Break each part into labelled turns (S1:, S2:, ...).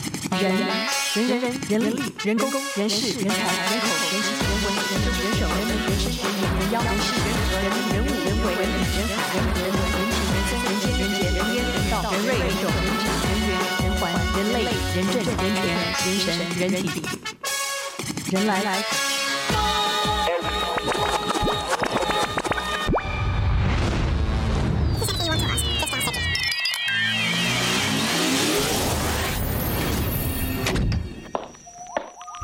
S1: 人人人人人力人工人事人才人口人情人文人人人手人民人身人眼人妖人事人和人人物人为人人海人人文人情人生人间人杰人烟人道人瑞人种人质人缘人环人类人政人权人神人体人来来。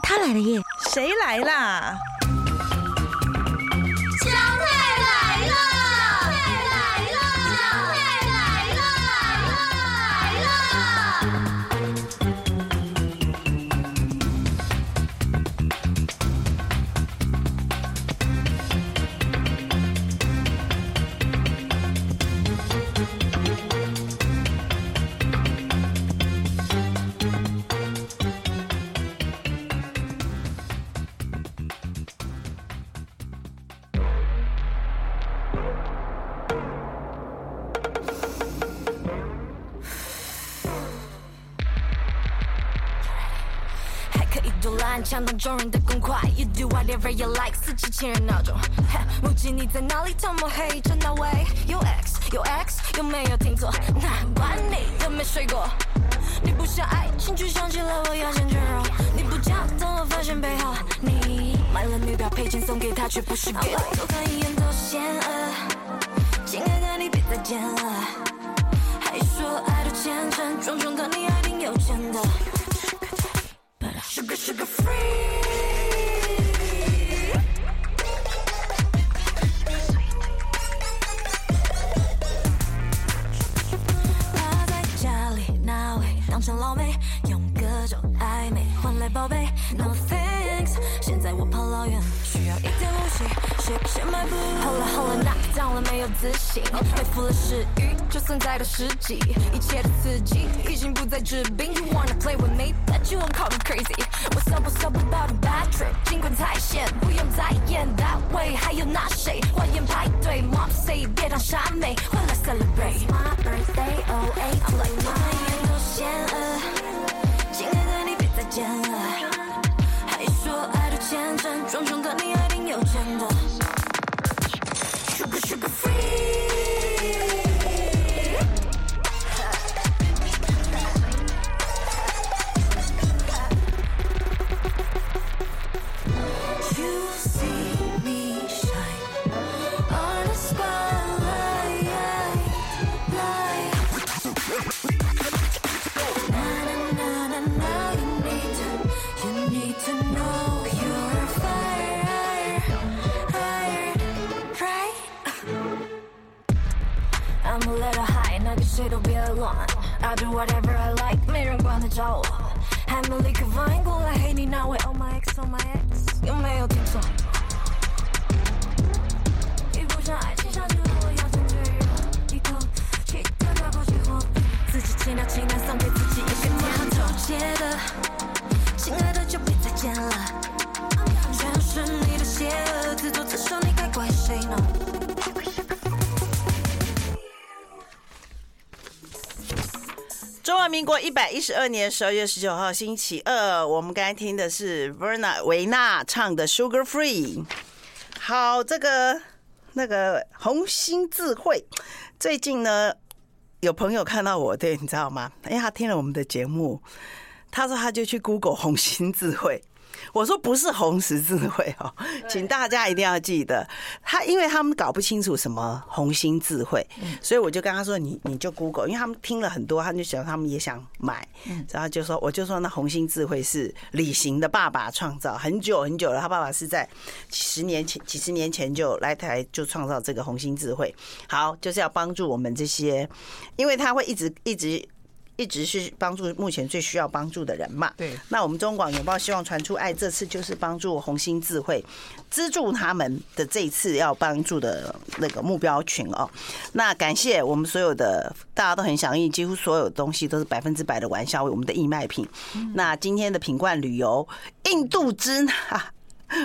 S2: 他来了耶！
S3: 谁来啦？
S4: 小太来了！来了！小太来了！来了！
S5: 还可以独揽抢当众人的公筷。You do whatever you like，四只情人闹钟。哈目击你在哪里偷摸黑着那位？有 X 有 X，有没有听错？那管你有没有睡过。你不想爱情，就想起了我要先去揉。你不讲，等我发现背后你买了女表配件送给她，却不是给我。多看一眼都嫌恶，亲爱的你别再见了。还说爱的虔诚，装装的你爱挺有钱的。Sugar, sugar free. 趴在家里那位当成老妹，用各种暧昧换来宝贝。No thanks，现在我跑老远，需要一点武器，谁先迈步？好了好了，knock down 了，没有自信，恢复了食欲，就算再到十几，一切的刺激已经不再治病。You wanna play with me，but you won't call me crazy。我 s 不 stop about a bad trip，尽管踩线，不用再演 that way。还有那谁，花言派对，Mom say 别当傻妹，快来 celebrate。My birthday, oh eight, play my 都险恶，亲爱的你别再见了，还说爱的虔诚，装装的你爱挺有钱的。Sugar, sugar free. I'm a little high，那个谁都别乱。I do whatever I like，没人管得着我。还没立刻反应过来，嘿，你那位 Oh my ex，Oh my ex，有没有听错？一不想爱情上去了，我要成巨人，一口气跳跳过去火，自己尽量尽量送给自己一个念头。接的，亲爱的就别再见了，全是你的邪恶，自作自受，你该怪谁呢？
S3: 中华民国一百一十二年十二月十九号星期二，我们刚才听的是 Verna 维纳唱的《Sugar Free》。好，这个那个红星智慧，最近呢有朋友看到我，对，你知道吗？因为他听了我们的节目，他说他就去 Google 红星智慧。我说不是红十字会哦，请大家一定要记得，他因为他们搞不清楚什么红星智慧，所以我就跟他说你你就 Google，因为他们听了很多，他们就想他们也想买，然后就说我就说那红星智慧是李行的爸爸创造，很久很久了，他爸爸是在几十年前几十年前就来台就创造这个红星智慧，好就是要帮助我们这些，因为他会一直一直。一直是帮助目前最需要帮助的人嘛。
S6: 对
S3: 那我们中广有报希望传出爱，这次就是帮助红星智慧资助他们的这一次要帮助的那个目标群哦。那感谢我们所有的大家都很响应，几乎所有东西都是百分之百的玩笑为我们的义卖品。那今天的品冠旅游，印度支那。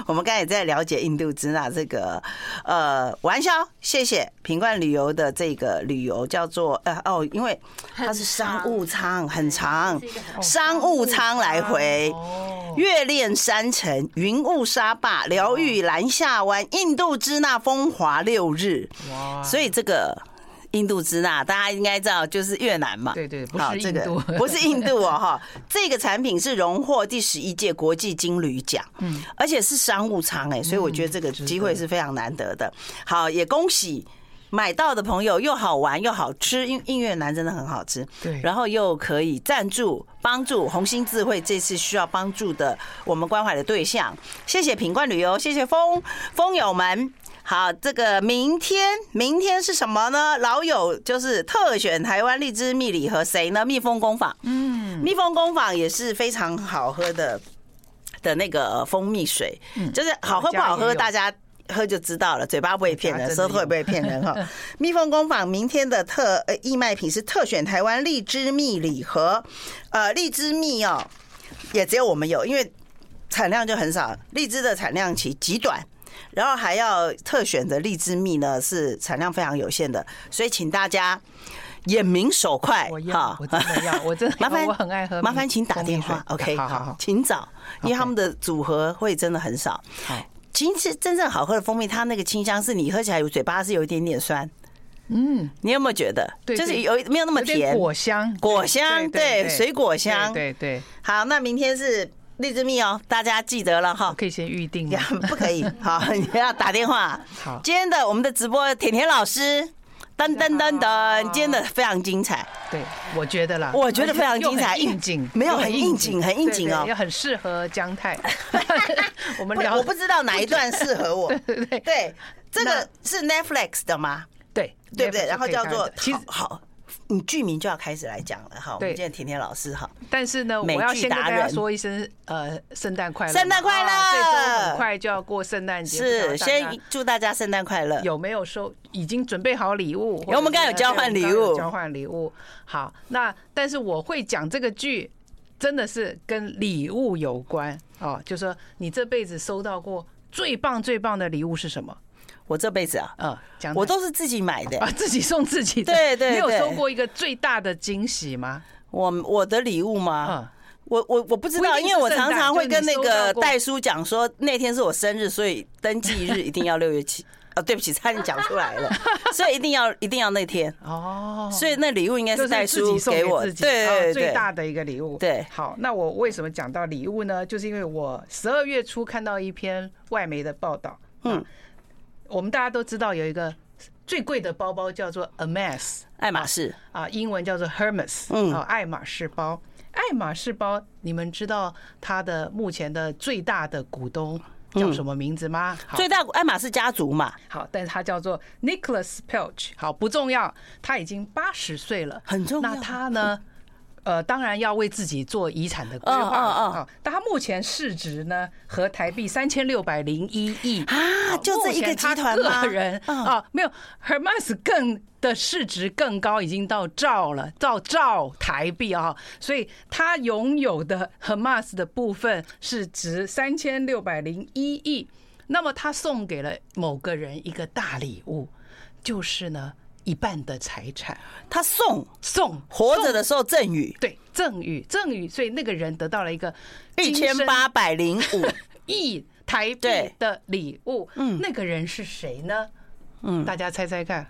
S3: 我们刚才也在了解印度支那这个呃玩笑，谢谢平冠旅游的这个旅游叫做呃哦，因为它是商务舱，很长，商务舱哦来回，月恋山城，云雾沙坝，疗愈兰夏湾，印度支那风华六日，所以这个。印度支那，大家应该知道，就是越南嘛。
S6: 对对不是
S3: 好，这个
S6: 印度
S3: 不是印度哦，哈，这个产品是荣获第十一届国际金旅奖，嗯，而且是商务舱哎，所以我觉得这个机会是非常难得的。好，也恭喜买到的朋友，又好玩又好吃，因因越南真的很好吃，
S6: 对
S3: 然后又可以赞助帮助红星智慧这次需要帮助的我们关怀的对象，谢谢品冠旅游，谢谢风风友们。好，这个明天，明天是什么呢？老友就是特选台湾荔枝蜜礼盒，谁呢？蜜蜂工坊，嗯，蜜蜂工坊也是非常好喝的的那个蜂蜜水，就是好喝不好
S6: 嗯我
S3: 喝，
S6: 家也有
S3: 大家喝就知道了，嘴巴不会骗
S6: 我
S3: 人，
S6: 啊家真
S3: 舌
S6: 的
S3: 头也不会骗人 哈。蜜蜂工坊明天的特呃义卖品是特选台湾荔枝蜜礼盒，呃，荔枝蜜哦，也只有我们有，因为产量就很少，荔枝的产量期极短。然后还要特选的荔枝蜜呢，是产量非常有限的，所以请大家眼明手快
S6: 我要
S3: 哈，。
S6: 我真的要，我真的 要
S3: 麻烦
S6: 我很爱喝蜜。
S3: 麻烦请打
S6: 蜂蜜
S3: 电话
S6: 水
S3: ，OK，
S6: 好好好，
S3: 请找，因为
S6: OK
S3: 他们的组合会真的很少。
S6: 好，
S3: 其实真正好喝的蜂蜜，它那个清香是你喝起来有嘴巴是有一点点酸，
S6: 嗯，
S3: 你有没有觉得？
S6: 对
S3: 就是
S6: 对
S3: 有没有那么
S6: 有点
S3: 甜？
S6: 果香，
S3: 果香对水果香
S6: 对对，
S3: 好，那明天是荔枝蜜哦，大家记得了哈
S6: 对。可以先预定吗
S3: 呀，不可以， 好，你要打电话。
S6: 好
S3: 今天的我们的直播，甜甜老师，噔噔噔噔，今天的非常精彩，
S6: 对，我觉得啦，
S3: 我觉得非常精彩
S6: 又很应景，
S3: 没有
S6: 又
S3: 很应景很应景
S6: 对对
S3: 哦
S6: 又很适合 姜太。我们
S3: 不
S6: 聊，
S3: 我不知道哪一段适合我。
S6: 对对对
S3: 对，这个是 Netflix 的吗？
S6: 对
S3: 对不对？然后叫做
S6: 其实
S3: 好，好你剧名就要开始来讲了哈。我们
S6: 对
S3: 今天甜甜老师哈，
S6: 但是呢，我
S3: 美
S6: 要
S3: 剧
S6: 先跟
S3: 达
S6: 大家
S3: 人
S6: 说一声，呃，圣诞快乐嘛，
S3: 圣诞快乐
S6: 啊这周很快就要过圣诞节，
S3: 是
S6: 不知道大家
S3: 先祝大家圣诞快乐。
S6: 有没有收？已经准备好礼物？或者
S3: 我们刚刚有
S6: 是
S3: 交换
S6: 对我
S3: 礼
S6: 们刚刚有
S3: 物
S6: 交换礼物。好，那但是我会讲这个剧，真的是跟礼物有关哦，就说你这辈子收到过最棒最棒的礼物是什么？
S3: 我这辈子啊，
S6: 呃，讲
S3: 我都是自己买的
S6: 啊。自己送自己的，
S3: 对对
S6: 你有
S3: 对
S6: 收过一个最大的惊喜吗？
S3: 我我的礼物吗？
S6: 啊，
S3: 我我我不知
S6: 不
S3: 道，
S6: 一定
S3: 因
S6: 是
S3: 为我
S6: 圣诞
S3: 常常会跟那
S6: 就是你收
S3: 个
S6: 到过
S3: 戴叔讲说，那天是我生日，所以登记日一定要六月七。啊，对不起，差点讲出来了， 所以一定要一定要那天，
S6: 哦，
S3: 所以那礼物应该
S6: 就是
S3: 戴
S6: 是自
S3: 叔
S6: 己送给
S3: 我，
S6: 自
S3: 对
S6: 己啊
S3: 对
S6: 最
S3: 对，
S6: 大的一个礼物。
S3: 对
S6: 好，那我为什么讲到礼物呢？就是因为我十二月初看到一篇外媒的报道，啊
S3: 嗯，
S6: 我们大家都知道有一个最贵的包包叫做 Hermes
S3: 爱马仕
S6: 啊，英文叫做 Hermes，
S3: 嗯
S6: 啊，爱马仕包。爱马仕包，你们知道它的目前的最大的股东叫什么名字吗？
S3: 嗯
S6: 好
S3: 最大爱马仕家族嘛，
S6: 好，但是他叫做 Nicholas Pelch，好不重要，他已经八十岁了，
S3: 很重要
S6: 那他呢？ 呃，当然要为自己做遗产的规划
S3: 嗯嗯嗯
S6: 啊。但他目前市值呢，和台币三千六百零一亿
S3: 啊
S6: 啊
S3: 就这一个集团吗
S6: 个人
S3: 嗯
S6: 啊，没有 Hermes 更的市值更高，已经到兆了，到兆台币啊。所以他拥有的 Hermes 的部分是值三千六百零一亿。那么他送给了某个人一个大礼物，就是呢一半的财产
S3: 他送
S6: 送
S3: 活着
S6: 送
S3: 的时候赠予
S6: 对赠与赠与，所以那个人得到了一个
S3: 一千八百零 五，
S6: 亿台币
S3: 对
S6: 的礼物。嗯，那个人是谁呢？嗯，大家猜猜看，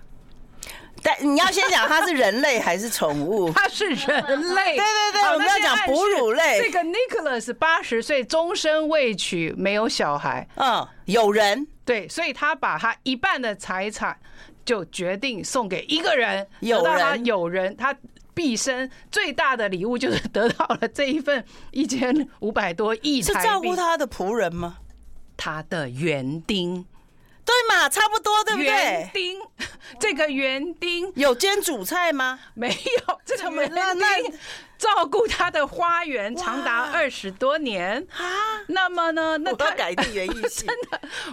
S3: 但你要先讲他是人类还是宠 物？
S6: 他是人类。对
S3: 啊对对我们要讲哺乳类
S6: 这个 Nicholas 八十岁，终身未娶，没有小孩。
S3: 嗯，有人
S6: 对，所以他把他一半的财产就决定送给一个人，
S3: 友
S6: 得到他
S3: 人
S6: 友人，他毕生最大的礼物就是得到了这一份一千五百多亿
S3: 是
S6: 台币，
S3: 照顾他的仆人吗？
S6: 他的园丁，
S3: 对嘛，差不多对不
S6: 园
S3: 对？
S6: 丁， 这个园丁
S3: 有煎主菜吗？
S6: 没有这个园
S3: 那那
S6: 丁照顾他的花园长达二十多年。
S3: 啊，
S6: 那么呢，那
S3: 我
S6: 他
S3: 要改定园艺 系，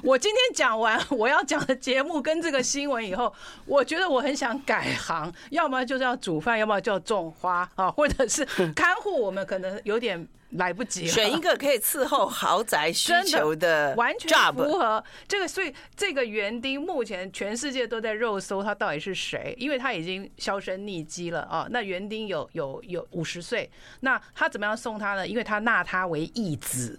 S6: 我今天讲完我要讲的节目跟这个新闻以后，我觉得我很想改行，要么就是要煮饭，要么就要种花啊，或 者是看护我们可能有点来不及了，
S3: 选一个可以伺候豪宅需
S6: 真
S3: 求
S6: 的完全符
S3: job。
S6: 合这个，所以这个园丁目前全世界都在肉搜他到底是谁，因为他已经销声匿迹了啊。那园丁有有有五十岁，那他怎么样送他呢？因为他纳他为义子。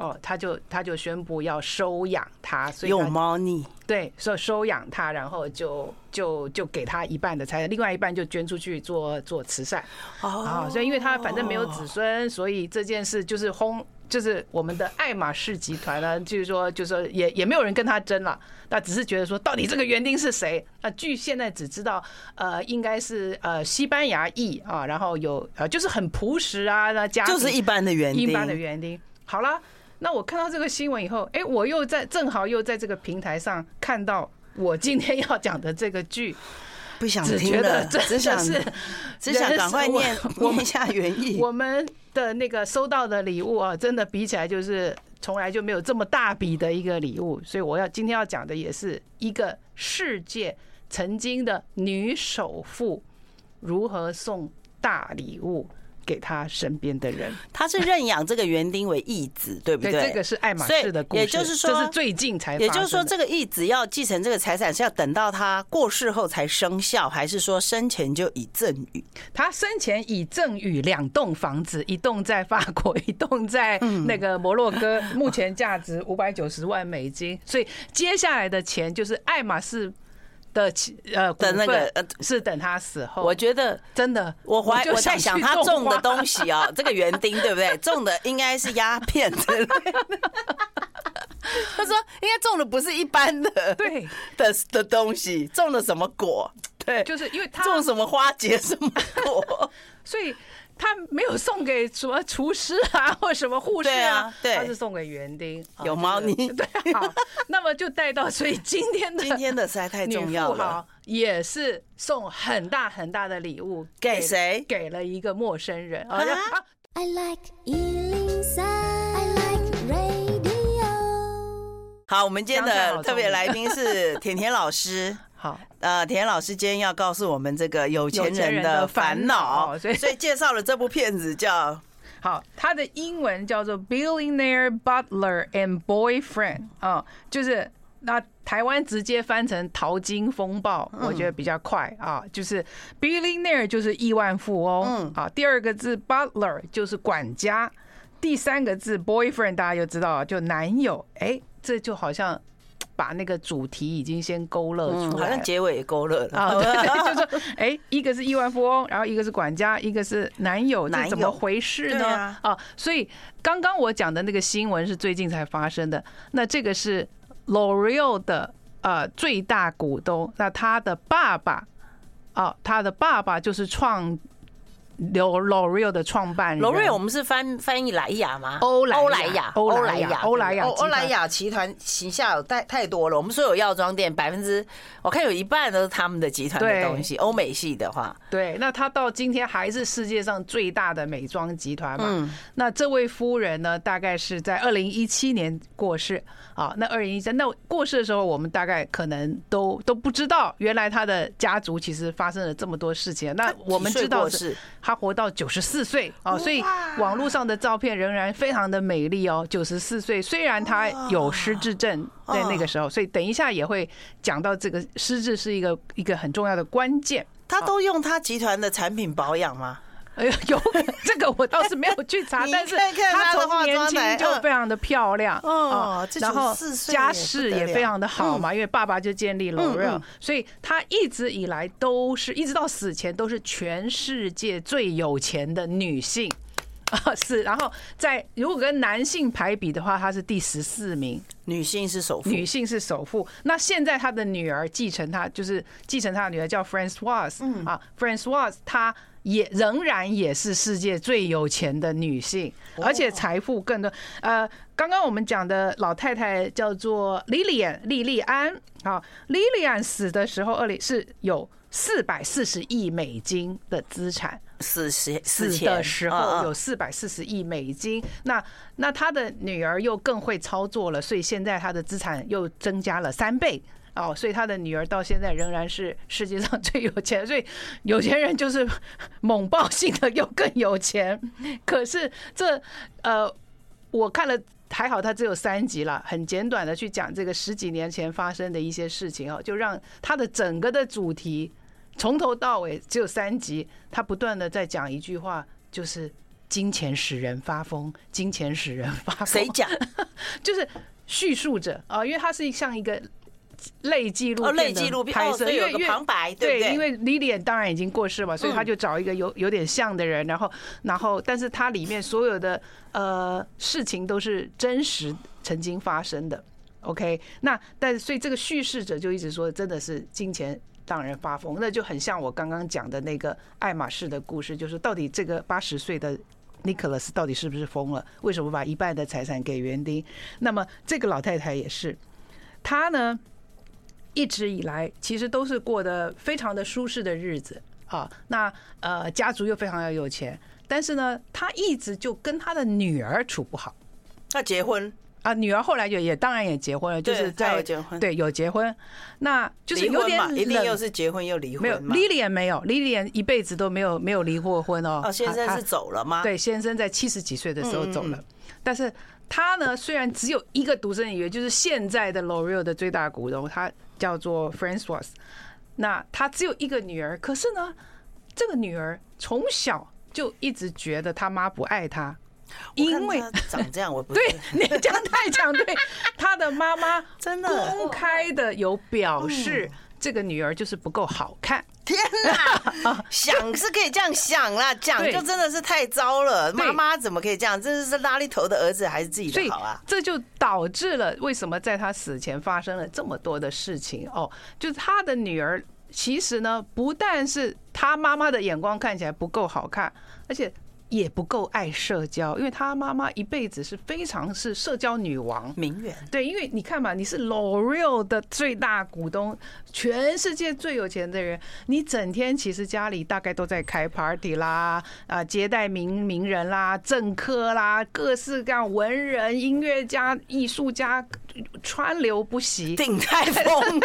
S6: 哦，他就他就宣布要收养他，所以
S3: 有
S6: 他
S3: 猫腻，
S6: 对，说收养他，然后就就就给他一半的财产，另外一半就捐出去做做慈善。
S3: 哦
S6: 啊，所以因为他反正没有子孙，所以这件事就是轰，就是我们的爱马仕集团呢，就是说，就是说也也没有人跟他争了，那只是觉得说，到底这个园丁是谁？那据现在只知道，呃，应该是呃西班牙裔啊，然后有呃就是很朴实啊，那家
S3: 就是
S6: 庭
S3: 一般的园
S6: 一
S3: 丁，
S6: 般的园丁。好了，那我看到这个新闻以后，哎、我又在正好又在这个平台上看到我今天要讲的这个剧，
S3: 不想
S6: 只
S3: 啊听
S6: 觉
S3: 了
S6: 得，真
S3: 只想
S6: 的是
S3: 只想赶快 念
S6: 人生我
S3: 念一下园艺。
S6: 我们的那个收到的礼物啊，真的比起来就是从来就没有这么大笔的一个礼物，所以我要今天要讲的也是一个世界曾经的女首富如何送大礼物给她身边的人。
S3: 他是认养这个园丁为义子，对不
S6: 对，这个是爱马仕的故事，
S3: 所以也就是说
S6: 这是最近才发生的，
S3: 也就是说，这个义子要继承这个财产，是要等到他过世后才生效，还是说生前就已赠与？
S6: 他生前已赠予两栋房子，一栋在法国，一栋在
S3: 嗯
S6: 那个摩洛哥， 目前价值五百九十万美金。所以接下来的钱就是爱马仕的其呃股
S3: 的那个
S6: 份
S3: 呃
S6: 是等他死后。
S3: 我觉得。
S6: 真的，
S3: 我怀
S6: 就
S3: 我在
S6: 去
S3: 想他种的
S6: 花
S3: 东西 啊、这个园丁对不对？种的应该是鸦片之类的。他说应该种的不是一般 的
S6: 对
S3: 的的东西，种的什么果？对，
S6: 就是因为他
S3: 种什么花结什么 果？
S6: 所以他没有送给什么厨师啊，或什么护士
S3: 对
S6: 啊
S3: 啊，对
S6: 他是送给园丁，啊
S3: 有猫腻
S6: 这个对，好，那么就带到，所以今天的
S3: 今天的实在太
S6: 女
S3: 重要
S6: 富
S3: 了
S6: 豪。也是送很大很大的礼物
S3: 给谁
S6: 给了一个陌生人啊
S3: 啊
S6: 然后啊
S4: I like Ealing Sound. I like radio.
S3: 好，我们今天
S6: 讲得好
S3: 的
S6: 重
S3: 特别
S6: 要
S3: 来宾是甜甜老师。
S6: 好，
S3: 呃，田老师今天要告诉我们这个有钱
S6: 有钱
S3: 人
S6: 人
S3: 的
S6: 的
S3: 烦
S6: 烦
S3: 恼，
S6: 恼所以
S3: 所以介绍了这部片子叫
S6: 好，它的英文叫做 Billionaire Butler and Boyfriend 啊、就是那台湾直接翻成淘金风暴，
S3: 嗯
S6: 我觉得比较快啊。就是 Billionaire 就是亿万富翁，嗯，啊，第二个字 Butler 就是管家，第三个字 Boyfriend 大家就知道了就男友，哎，这就好像。把那个主题已经先勾勒
S3: 嗯，
S6: 出
S3: 好
S6: 来了，
S3: 像结尾也勾勒了
S6: 啊，对 对，就是说，哎，一个是亿万富翁，然后一个是管家，一个是男友，
S3: 男友
S6: 这怎么回事
S3: 对
S6: 呢？
S3: 啊
S6: 啊，所以刚刚我讲的那个新闻是最近才发生的，那这个是 L'Oreal 的呃最大股东，那他的爸爸啊，他的爸爸就是创 L'O- L'Oreal 的创办人
S7: 罗瑞，我们是翻翻译莱雅吗？
S6: 嗯欧莱雅
S7: 欧莱雅，
S6: 欧莱
S7: 莱
S6: 雅
S7: 雅，
S6: 欧莱雅
S7: 对
S6: 集团
S7: 欧莱雅集团旗下有太太多了。我们所有药妆店百分之，我看有一半都是他们的集团
S6: 对
S7: 的东西。欧美系的话，
S6: 对，那他到今天还是世界上最大的美妆集团嘛。
S3: 嗯
S6: 那这位夫人呢，大概是在二零一七年过世啊。那二零一三，那过世的时候，我们大概可能都都不知道，原来他的家族其实发生了这么多事情。那我们知道
S3: 几岁过世
S6: 他活到九十四岁哦，所以网络上的照片仍然非常的美丽哦。九十四岁，虽然他有失智症，在那个时候，所以等一下也会讲到这个失智是一个一个很重要的关键。
S3: 他都用他集团的产品保养吗？
S6: 哎呦，有 这个我倒是没有去 查，
S3: 你
S6: 但是
S3: 看看她的
S6: 从
S3: 化
S6: 年
S3: 妆台
S6: 轻就非常的漂亮
S3: 嗯
S6: 啊
S3: 哦这
S6: 然后
S3: 94岁
S6: 家
S3: 也
S6: 世
S3: 不得
S6: 也
S3: 了
S6: 非常的好嘛，因为爸爸就建立 l o r e
S3: 嗯
S6: a 所以她一直以来都是一直到死前都是全世界最有钱的女性。啊，是，然后在如果跟男性排比的话，她是第十四名，
S3: 女性是首富，
S6: 女性是首富。那现在她的女儿继承她，就是继承她的女儿叫 Francoise，嗯啊，Francoise 她也仍然也是世界最有钱的女性，而且财富更多。呃，刚刚我们讲的老太太叫做 Lilian 莉莉安，啊，Lilian 死的时候，二零是有四百四十亿美金的资产。
S7: 死时死
S6: 死
S7: 前
S6: 的时
S7: 嗯
S3: 啊
S6: 候
S7: 嗯
S6: 有四百四十亿美金。那那他的女儿又更会操作了，所以现在他的资产又增加了三倍。哦，所以他的女儿到现在仍然是世界上 最有钱，所以有钱人就是 猛爆性的又更有钱。可是这呃，我看了。还好，它只有三集了，很简短的去讲这个十几年前发生的一些事情哦，就让它的整个的主题从头到尾只有三集，他不断的在讲一句话，就是金钱使人发疯，金钱使人发疯。
S7: 谁讲？
S6: 就是叙述者啊，因为它是像一个类纪录
S7: 哦，
S6: 片
S7: 类
S6: 的
S7: 纪录片
S6: 拍
S7: 哦，
S6: 摄，
S7: 所以
S6: 因
S7: 有
S6: 为
S7: 个
S6: 因为
S7: 旁白，不
S6: 对，嗯
S7: 对？
S6: 因为 Lilian 当然已经过世嘛，所以他就找一个有有点像的人，然后然后，但是它里面所有的呃事情都是真实曾经发生的。OK，那但所以这个叙事者就一直说，真的是金钱。让人发疯，那就很像我刚刚讲的那个爱马仕的故事，就是到底这个八十岁的 Nicholas 到底是不是疯了？为什么把一半的财产给园丁？那么这个老太太也是，她呢一直以来其实都是过得非常的舒适的日子啊。那呃，家族又非常要有钱，但是呢，他一直就跟他的女儿处不好
S7: 要结婚，
S6: 啊。女儿后来也也当然也结婚了，就
S7: 对
S6: 是
S7: 她有
S6: 在
S7: 结婚
S6: 对有结婚，那就是
S7: 离
S6: 有
S7: 婚
S6: 点
S7: 嘛，一定
S6: 冷
S7: 又是结婚又离
S6: 没有
S7: 婚嘛。
S6: Lilian 没有 Lilian 一辈子都没有没有离过婚哦。
S7: 哦，先
S6: 她
S7: 生
S6: 她
S7: 是走了吗？，
S6: 对，先生在七十几岁的时候走
S7: 嗯嗯
S6: 了，但是他呢，虽然只有一个独生女，也就是现在的 L'Oreal 的最大股东，他叫做 Francois，那他只有一个女儿，可是呢，这个女儿从小就一直觉得他妈不爱她，因为。
S7: 长这样，我不
S6: 对，你讲太讲对，他的妈妈
S7: 真的嗯
S6: 公开的有表示，这个女儿就是不够好看，
S7: 天哪，想是可以这样想啦，讲
S6: 对
S7: 就真的是太糟了。
S6: 对
S7: 妈妈怎么可以这样？这是拉力头的儿子还是自己
S6: 所
S7: 的
S6: 以
S7: 好啊？
S6: 这就导致了为什么在他死前发生了这么多的事情哦，就是他的女儿其实呢，不但是他妈妈的眼光看起来不够好看，而且。也不够爱社交，因为他妈妈一辈子是非常是社交女王，
S7: 名媛
S6: 对，因为你看嘛，你是 L'Oreal 的最大股东，全世界最有钱的人，你整天其实家里大概都在开 party 啦，啊，接待名名人啦、政客啦，各式各样文人、音乐家、艺术家，川流不息。对，
S7: 顶泰丰，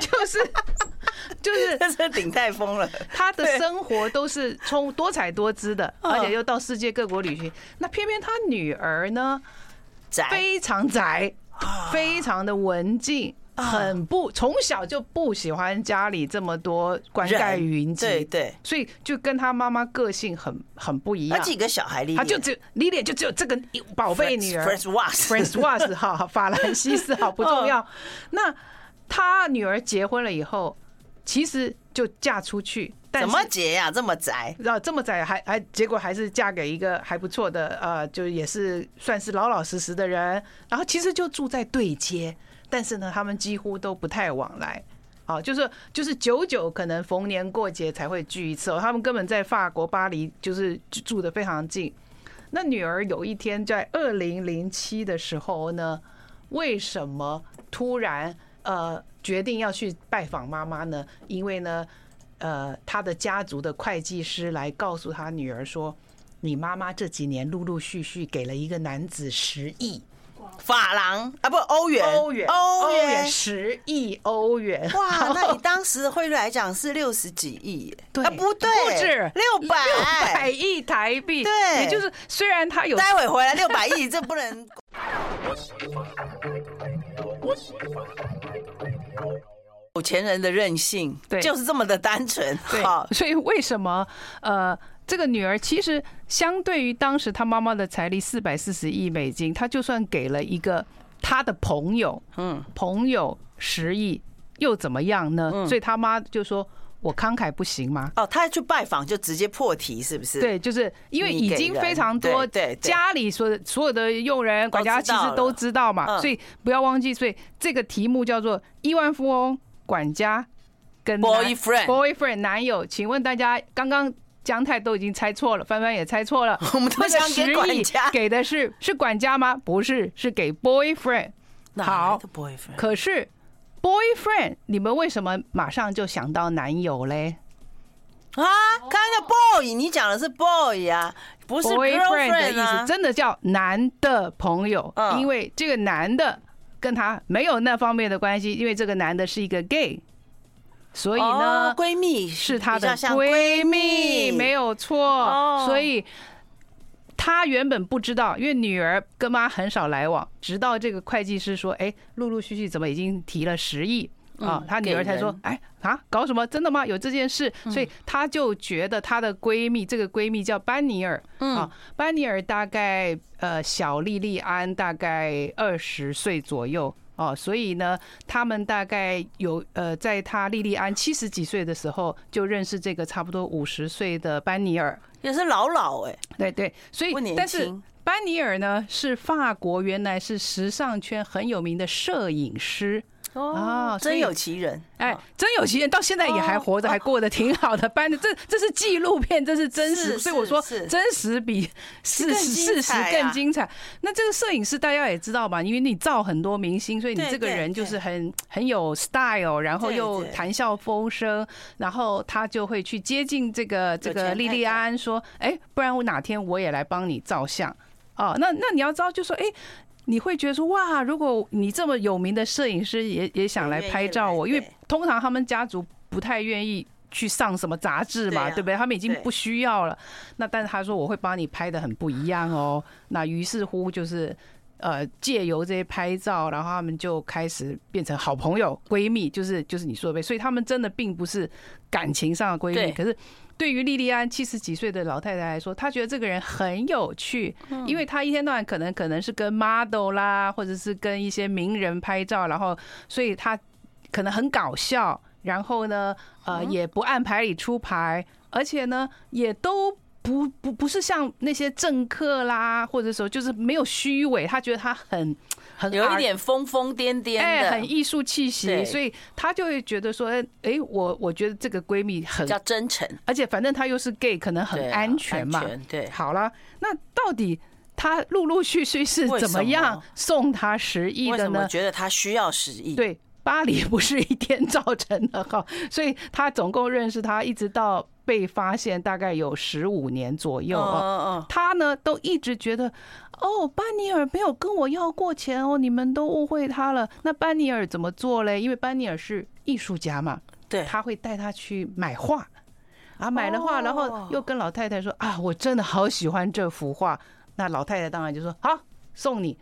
S6: 就是就是
S7: 这是顶泰丰 了。
S6: 他的生活都是充多彩多姿的，而且又到世界各国旅行。那偏偏他女儿呢？
S7: 宅啊
S6: 非常宅，非常的文静，很不从小就不喜欢家里这么多灌溉
S7: 人
S6: 云集，
S7: 对对，
S6: 所以就跟他妈妈个性很很不一
S7: 他
S6: 样。
S7: 几个小孩里，
S6: 他就只有李脸就只有这个一宝贝女儿
S7: f r e s h w a s
S6: f r a n c o i s 哈，法兰西斯好不重
S7: 哦
S6: 要。那他女儿结婚了以后，其实就嫁出去，但
S7: 怎
S6: 是
S7: 么结呀？这么宅，
S6: 然后这么窄还还结果还是嫁给一个还不错的呃，就也是算是老老实实的人，然后其实就住在对街，但是呢，他们几乎都不太往来。啊，就是就是久久可能逢年过节才会聚一次哦，他们根本在法国巴黎就是住住的非常近。那女儿有一天在二零零七的时候呢，为什么突然呃决定要去拜访妈妈呢？因为呢，呃，他的家族的会计师来告诉他女儿说，你妈妈这几年陆陆续续给了一个男子十亿
S7: 法郎啊，不欧元，
S6: 欧元，
S7: 欧元。
S6: 十亿欧元，
S7: 哇，那 以当时的汇率来讲是六十几亿耶，
S6: 对
S7: 啊不对，
S6: 不止
S7: 六
S6: 百
S7: 百，
S6: 亿台币，
S7: 对
S6: 也就是虽然他有
S7: 待会回来六百亿，这不能有钱人的任性，
S6: 对
S7: 就是这么的单纯。
S6: 对
S7: 好，
S6: 所以为什么呃，这个女儿其实相对于当时她妈妈的财力四百四十亿美金，她就算给了一个她的朋友，嗯，朋友十亿又怎么样呢？所以她妈就说：“我慷慨不行吗？”
S7: 哦，他去拜访就直接破题，是不是？，
S6: 对，就是因为
S7: 你
S6: 已
S7: 给
S6: 经
S7: 人
S6: 非常多，
S7: 对对对
S6: 家里所有的所有的佣人、管家
S7: 知
S6: 其
S7: 道
S6: 实都
S7: 了
S6: 知道嘛，
S7: 嗯
S6: 所以不要忘记，所以这个题目叫做亿万富翁、管家跟男
S7: Boyfriend
S6: boyfriend 男友，请问大家刚刚。江太都已经猜错了，帆帆也猜错了。
S7: 我们都
S6: 那个
S7: 想给
S6: 10亿
S7: 管家
S6: 给的是是管家吗？不是，是给 boyfriend。
S7: 哪来
S6: 好
S7: 的，boyfriend？
S6: 可是 boyfriend，你们为什么马上就想到男友嘞？
S3: 啊，kind of boy，你讲的是 boy 啊，不是
S6: boyfriend 的
S3: girlfriend
S6: 意思
S3: 啊，。
S6: 真的叫男的朋友，
S3: 嗯
S6: 因为这个男的跟他没有那方面的关系，因为这个男的是一个 gay，所以呢
S3: 哦，闺蜜
S6: 是她
S3: 比
S6: 的
S3: 较像
S6: 闺
S3: 蜜
S6: 蜜，没有
S3: 哦
S6: 错，所以。她原本不知道，因为女儿跟妈很少来往，直到这个会计师说：“哎，陆陆续续怎么已经提了十亿啊？”她女儿才说
S3: 嗯给人：“嗯
S6: 哎啊，搞什么？真的吗？有这件事？”所以她就觉得她的闺蜜，这个闺蜜叫班尼尔
S3: 嗯
S6: 啊，班尼尔大概呃小莉莉安大概二十岁左右哦，所以呢，他们大概有呃，在她莉莉安七十几岁的时候就认识这个差不多五十岁的班尼尔，
S3: 也是老老
S7: 欸
S3: 哎、
S6: 对对，所以
S3: 不年
S6: 但是
S3: 轻
S6: 班尼尔呢是法国原来是时尚圈很有名的摄影师，
S3: 哦
S6: 哦，所
S3: 真
S6: 以
S3: 有其人。
S6: 哎，真有其人，到现在也还
S3: 哦
S6: 活着，还过得挺好的。班的这这是纪录片，这是真
S3: 是
S6: 实，所以我
S3: 是
S6: 说
S3: 是
S6: 真实比事
S3: 更
S6: 实
S3: 精
S6: 事实
S3: 彩啊
S6: 更精彩。那这个摄影师大家也知道吧，因为你照很多明星，所以你
S3: 对
S6: 这个
S3: 对
S6: 人就
S3: 对
S6: 是很很有 style，然后
S3: 对
S6: 又
S3: 对
S6: 谈笑风生，然后他就会去接近这个这
S3: 有钱
S6: 个莉
S3: 太
S6: 莉
S3: 太
S6: 安，说：“哎，不然我哪天我也来帮你照相。”哦，那那你要知道，就说哎。你会觉得说哇，如果你这么有名的摄影师也也想来拍照我，
S3: 也
S6: 因
S3: 愿意来
S6: 为通常他们家族不太愿意去上什么杂志嘛，
S3: 对啊
S6: 对不对？他们已经
S3: 对
S6: 不需要了。那但是他说我会帮你拍的很不一样哦。那于是乎就是呃，借由这些拍照，然后他们就开始变成好朋友、闺蜜，就是就是你说的呗。所以他们真的并不是感情上的闺
S7: 对
S6: 蜜，可是对于莉莉安七十几岁的老太太来说，她觉得这个人很有趣，
S7: 嗯
S6: 因为她一天到晚可能可能是跟 model 啦，或者是跟一些名人拍照，然后所以她可能很搞笑，然后呢，呃，
S7: 嗯
S6: 也不按牌理出牌，而且呢，也都。不不不是像那些政客啦，或者说就是没有虚伪，她觉得她很很
S7: 有一
S6: art-
S7: 点疯疯癫癫
S6: 哎、
S7: 的，
S6: 很艺术气
S7: 对
S6: 息，所以她就会觉得说，哎、哎我我觉得这个闺蜜很
S7: 比较真诚，
S6: 而且反正他又是 gay，可能
S7: 对
S6: 很
S7: 啊
S6: 安全嘛。
S7: 安全对
S6: 好了，那到底他陆陆续续是
S7: 为
S6: 怎
S7: 什么
S6: 么样送他十亿
S7: 为
S6: 的
S7: 什么
S6: 呢？
S7: 觉得他需要十亿？，
S6: 对，巴黎不是一天造成的哈， 所以他总共认识他一直到被发现大概有十五年左右
S3: 嗯
S6: 哦。
S3: 嗯嗯，
S6: 他呢都一直觉得，哦，班尼尔没有跟我要过钱哦，你们都误会他了。那班尼尔怎么做嘞？因为班尼尔是艺术家嘛，
S3: 对
S6: 他会带他去买画，啊，买了
S3: 哦
S6: 画，然后又跟老太太说啊，我真的好喜欢这幅画。那老太太当然就说好，送你，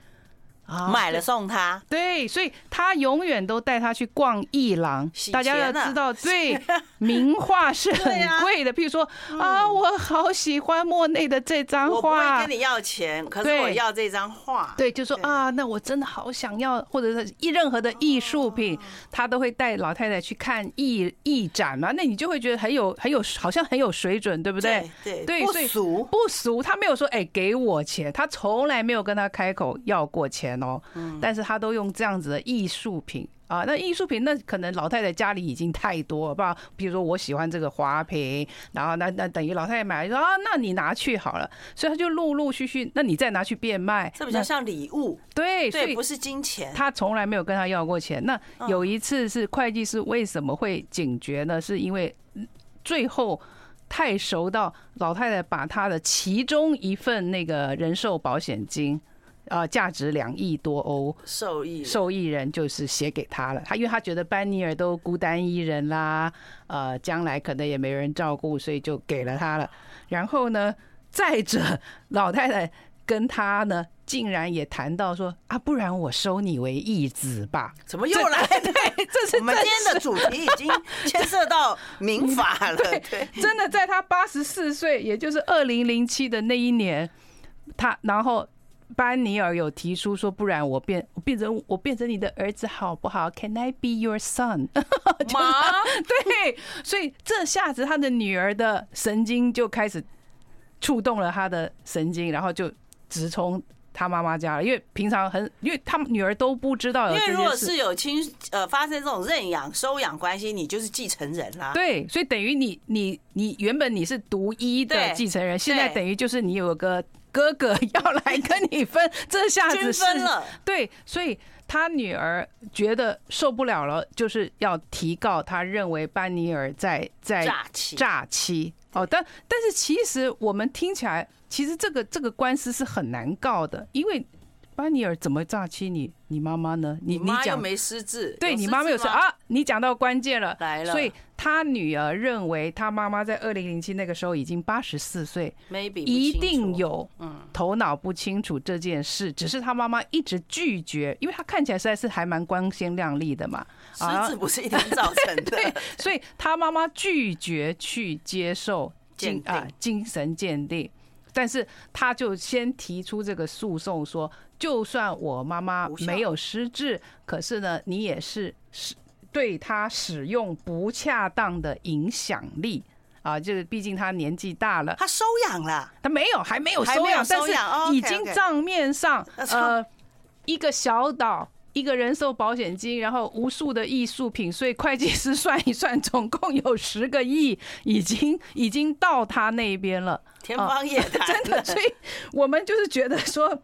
S6: 啊
S3: 买了送他，
S6: 对，所以他永远都带他去逛艺廊
S3: 洗。
S6: 大家要
S3: 钱啊
S6: 知道，对名画是
S3: 对啊嗯
S6: 很贵的。譬如说啊，我好喜欢莫内的这张
S3: 我不会
S6: 画
S3: 跟。你要钱，可是
S6: 对
S3: 我要这张画。
S6: 对，就说啊，那我真的好想要，或者是一任何的艺术
S3: 哦
S6: 品，他都会带老太太去看艺艺展嘛。那你就会觉得很有很有，好像很有水准，对不对？
S3: 对
S6: 对，
S3: 不
S6: 所以
S3: 俗
S6: 不俗。他没有说哎、给我钱，他从来没有跟他开口要过钱哦。
S3: 嗯
S6: 但是他都用这样子的艺术品啊，那艺术品那可能老太太家里已经太多了吧？比如说我喜欢这个花瓶，然后那那等于老太太买了说啊，那你拿去好了，所以他就陆陆续续，那你再拿去变卖，
S3: 这比较
S6: 那
S3: 像礼物，
S6: 对，所
S3: 对，
S6: 以
S3: 不是金钱。
S6: 他从来没有跟他要过钱。那
S3: 嗯
S6: 有一次是会计师为什么会警觉呢？是因为嗯最后太熟到老太太把她的其中一份那个人寿保险金，啊，价值两亿多欧，
S3: 受益人
S6: 受益人就是写给他了。他因为他觉得班尼尔都孤单一人啦，呃，将来可能也没人照顾，所以就给了他了。然后呢，再者，老太太跟他呢，竟然也谈到说啊，不然我收你为义子吧。哎
S3: 怎么又来了？对，这
S6: 是
S3: 我们今天的主题已经牵涉到民法 了。对，
S6: 真的在他八十四岁，也就是二零零七的那一年，他然后班尼尔有提出说，不然我变我变成我变成你的儿子好不好？Can I be your son？
S7: 妈，
S6: 对，所以这下子他的女儿的神经就开始触动了他的神经，然后就直冲他妈妈家了，因为平常很，因为他们女儿都不知道有
S3: 因为
S6: 呃这
S3: 如果
S6: 件事。
S3: 是有亲呃发生这种认养、收养关系，你就是继承人啦。
S6: 对，所以等于你你你原本你是独一的
S3: 对
S6: 继承人，现在
S3: 对
S6: 等于就是你有个哥哥要来跟你分，这下
S3: 均
S6: 子是
S3: 分了，
S6: 对，所以他女儿觉得受不了了，就是要提告，他认为班尼尔在在
S7: 诈欺
S6: 诈欺哦，但但是其实我们听起来，其实这个这个官司是很难告的，因为班尼尔怎么诈欺你你妈妈呢？你你
S7: 妈又
S6: 讲
S7: 没失智，
S6: 对你妈妈有事
S7: 事
S6: 啊，你讲到关键了，
S7: 来了
S6: 所以他女儿认为他妈妈在二零零七那个时候已经八十四岁，
S7: ？Maybe 不
S6: 一
S7: 清
S6: 定
S7: 楚，嗯
S6: 有头脑不清楚这件事，只是他妈妈一直拒绝，因为他看起来实在是还蛮光鲜亮丽的嘛，
S7: 失智不是一天造成
S6: 啊 对
S7: 的，，
S6: 所以他妈妈拒绝去接受精
S7: 鉴定
S6: 啊精神鉴定，但是他就先提出这个诉讼，说就算我妈妈
S7: 无效
S6: 没有失智，可是呢，你也是使对她使用不恰当的影响力啊，就是毕竟她年纪大了，
S3: 他收养了，
S6: 他没有，还没有
S3: 还
S6: 收
S3: 没有
S6: 养，但
S3: 收养哦
S6: 是
S3: ，OK，OK
S6: 已经账面上
S3: 那超
S6: 呃一个小岛。一个人寿保险金，然后无数的艺术品，所以会计师算一算，总共有十个亿，已经已经到他那边了，
S7: 天方夜谭，
S6: 哦 真的。所以我们就是觉得说，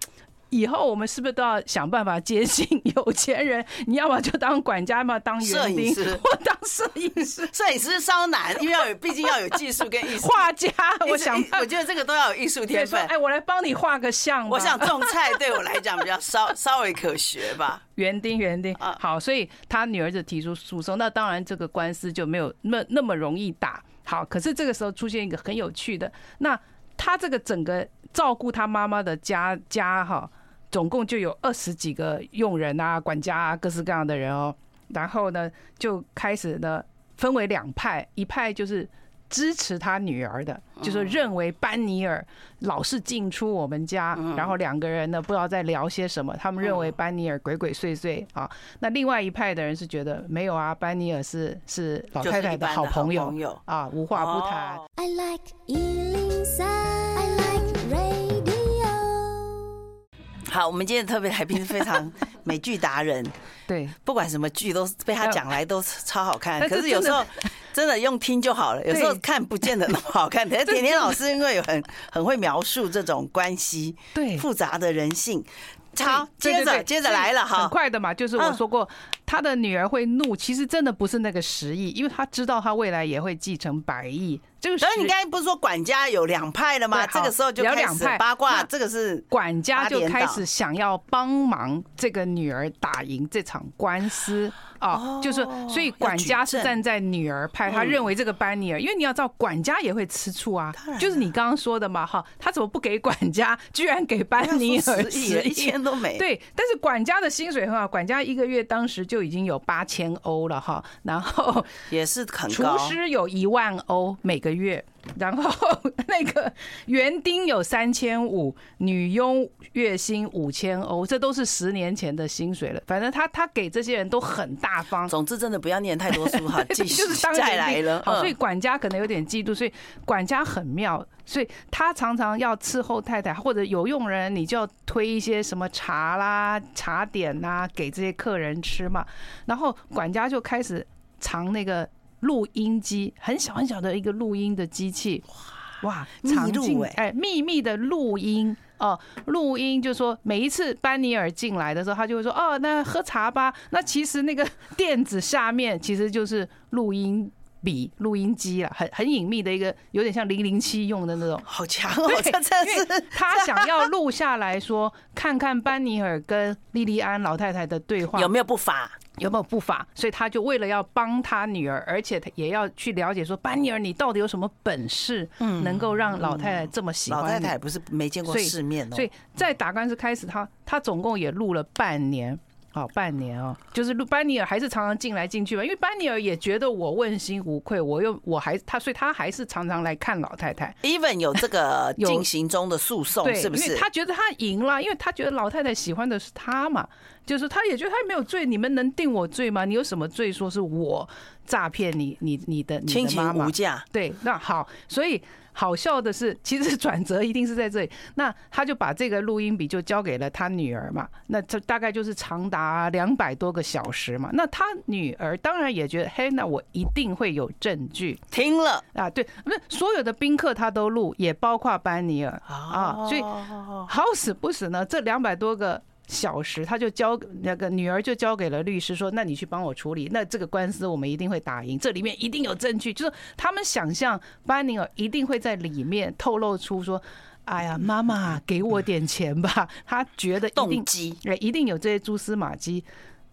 S6: 以后我们是不是都要想办法接近有钱人？你要么就当管家，要么当
S7: 摄
S6: 园
S7: 影
S6: 丁，
S7: 师
S6: 或当摄影 师、
S7: 摄影师稍难，因为要有，毕竟要有技术跟艺术。
S6: 画家。
S7: 一
S6: 我
S7: 直
S6: 想
S7: 一，我觉得这个都要有艺术
S6: 对
S7: 天
S6: 说，
S7: 分。
S6: 哎，我来帮你画个像吧。
S7: 我想种菜对我来讲比较稍稍微可学吧。
S6: 园丁，园丁
S7: 啊，
S6: 好，所以他女儿就提出诉讼，那当然这个官司就没有那那么容易打。好，可是这个时候出现一个很有趣的，那他这个整个照顾他妈妈的家家哈，总共就有二十几个佣人啊、管家啊，各式各样的人哦。然后呢，就开始呢分为两派，一派就是支持他女儿的，
S7: 哦
S6: 就说认为班尼尔老是进出我们家，
S7: 嗯
S6: 然后两个人呢不知道在聊些什么，他们认为班尼尔鬼鬼祟祟啊。那另外一派的人是觉得没有啊，班尼尔是是老
S7: 就是
S6: 太太
S7: 一般的
S6: 好朋
S7: 好
S6: 友
S7: 朋友
S6: 啊，无话不谈。
S7: 哦
S4: I like Ealing Sound. I like radio.
S7: 好，我们今天的特别来宾是非常美剧达人，
S6: 对，
S7: 不管什么剧都是被 他讲来都是超好看。
S6: 但
S7: 可
S6: 是
S7: 是有时候 真的用听就好了，有时候
S6: 对
S7: 看不见得那么好看。 可是甜甜老师因为有很很会描述这种关系，
S6: 对
S7: 复杂的人性。好，
S6: 对
S7: 接
S6: 对
S7: 着
S6: 对
S7: 接着
S6: 所以
S7: 来了嗯
S6: 很
S7: 哈，
S6: 快的嘛，就是我说过，他的女儿会怒，其实真的不是那个十亿，因为他知道他未来也会继承百亿。这个
S7: 然后你
S6: 10
S7: 刚才不是说管家有两派了吗？
S6: 对
S7: 这
S6: 好
S7: 个时候就
S6: 聊
S7: 开
S6: 两
S7: 始
S6: 派
S7: 八卦，
S6: 那
S7: 这个是
S6: 管家
S7: 八
S6: 就
S7: 点
S6: 开
S7: 档
S6: 始想要帮忙这个女儿打赢这场官司
S7: 哦
S6: 啊，就是所以管家是站在女儿派，他认为这个班尼尔，因为你要知道管家也会吃醋啊，就是你刚刚说的嘛哈，他怎么不给管家，居然给班尼 尔
S7: 十亿
S6: 十
S7: 了，一
S6: 亿？
S7: 千都没。
S6: 对，但是管家的薪水很好，管家一个月当时就已经有八千欧了哈，然后
S7: 也是很
S6: 厨
S7: 高。
S6: 师有一万欧每个月，然后那个园丁有三千五，女佣月薪五千欧，这都是十年前的薪水了。反正他他给这些人都很大方，
S7: 总之，真的不要念太多书 哈，继续
S6: 就是当
S7: 再
S6: 园
S7: 来
S6: 丁
S7: 了。
S6: 好，
S7: 嗯
S6: 所以管家可能有点嫉妒，所以管家很妙，所以他常常要伺候太太或者有佣人，你就要推一些什么茶啦、茶点啦给这些客人吃嘛。然后管家就开始藏那个录音机，很小很小的一个录音的机器，哇，
S7: 密
S6: 藏
S7: 录
S6: 进
S7: 欸
S6: 哎，秘密的录音哦，录音就说每一次班尼尔进来的时候，他就会说哦，那喝茶吧。那其实那个垫子下面其实就是录音笔、录音机啦，很很隐秘的一个，有点像零零七用的那 种。
S7: 好强哦，这真的是
S6: 他 想要录下来说，看看班尼尔跟莉莉安老太太的对话
S7: 有没有不法？
S6: 有没有不法，所以他就为了要帮他女儿，而且他也要去了解说班尼尔你到底有什么本事，能够让老太太这么喜欢
S7: 老
S6: 你。
S7: 太太不是没见过
S6: 所以
S7: 世面哦
S6: 所，以在打官司开始，他他总共也录了半年。好、半年哦，就是录班尼尔还是常常进来进去吧，因为班尼尔也觉得我问心无愧，我又我还他，所以他还是常常来看老太太，
S7: even 有这个
S6: 有
S7: 进行中的诉讼，
S6: 对，
S7: 是不
S6: 因
S7: 是
S6: 为？他觉得他赢了，因为他觉得老太太喜欢的是他嘛，就是他也觉得他没有罪，你们能定我罪吗？你有什么罪说是我诈骗你你你的你
S7: 亲
S6: 的妈
S7: 情
S6: 妈
S7: 无？价，
S6: 对，那好，所以好笑的是，其实转折一定是在这里。那他就把这个录音笔就交给了他女儿嘛，那这大概就是长达两百多个小时嘛。那他女儿当然也觉得，嘿，那我一定会有证据
S7: 听了
S6: 啊！对，不是所有的宾客他都
S7: 哦
S6: 录，也包括班尼尔啊，所以好死不死呢，这两百多个。小时，他就交那个女儿就交给了律师说，那你去帮我处理，那这个官司我们一定会打赢，这里面一定有证据，就是他们想象班尼尔一定会在里面透露出说。
S7: 嗯
S6: 哎呀，妈妈，给我点钱吧！他觉得一定
S7: 动机，
S6: 哎，一定有这些蛛丝马迹。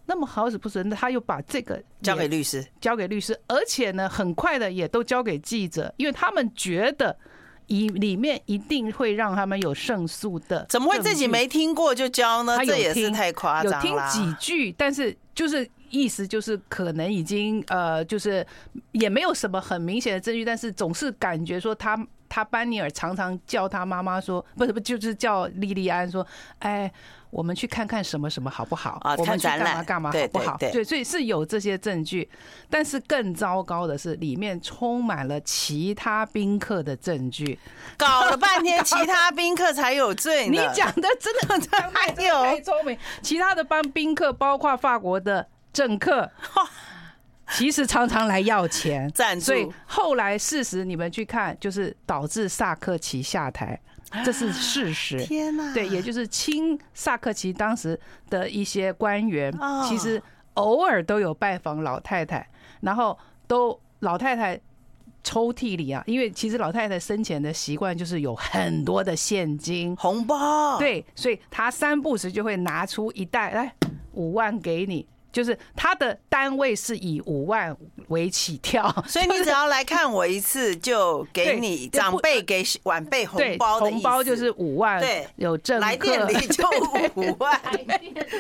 S6: 那么好死不死，他又把这个
S7: 交给律师，
S6: 交给律师，而且呢，很快的也都交给记者，因为他们觉得以里面一定会让他们有胜诉的。
S3: 怎么会自己没？听过就教呢
S6: 他？有
S3: 这也是
S6: 听
S3: 太夸
S6: 有
S3: 张
S6: 听
S3: 啦。
S6: 几句，但是就是意思就是可能已经呃，就是也没有什么很明显的证据，但是总是感觉说他他班尼尔常常叫他妈妈说，不是不就是叫莉莉安说，哎，我们去看看什么什么好不好？
S3: 啊
S6: 我们
S3: 看
S6: 去
S3: 展
S6: 干嘛
S3: 览
S6: 干嘛
S3: 对
S6: 好不好？
S3: 对对
S6: 对，所以是有这些证据，但是更糟糕的是里面充满了其他宾客的证据。
S3: 搞了半天，其他宾客才有罪
S6: 你
S3: 呢。
S6: 讲的真的真的
S3: 还有
S6: 太聪明。其他的班宾客，包括法国的政客，其实常常来要钱
S3: 赞助
S6: 所以后来事实你们去看，就是导致萨克奇下台，这是事实。
S3: 天哪！
S6: 对，也就是亲萨克奇当时的一些官员
S3: 哦，
S6: 其实偶尔都有拜访老太太，然后都老太太。抽屉里啊，因为其实老太太生前的习惯就是有很多的现金，
S3: 红包，，
S6: 对，所以他三不时就会拿出一袋来五万给你，就是他的单位是以五万为起跳，
S3: 所以你只要来看我一次，就给
S6: 对
S3: 你
S6: 就
S3: 长
S6: 不呃
S3: 辈给晚辈红
S6: 对，
S3: 包的意思。
S6: 红包就是五万，
S3: 对
S6: 有政
S3: 来
S6: 客
S3: 店里就五万，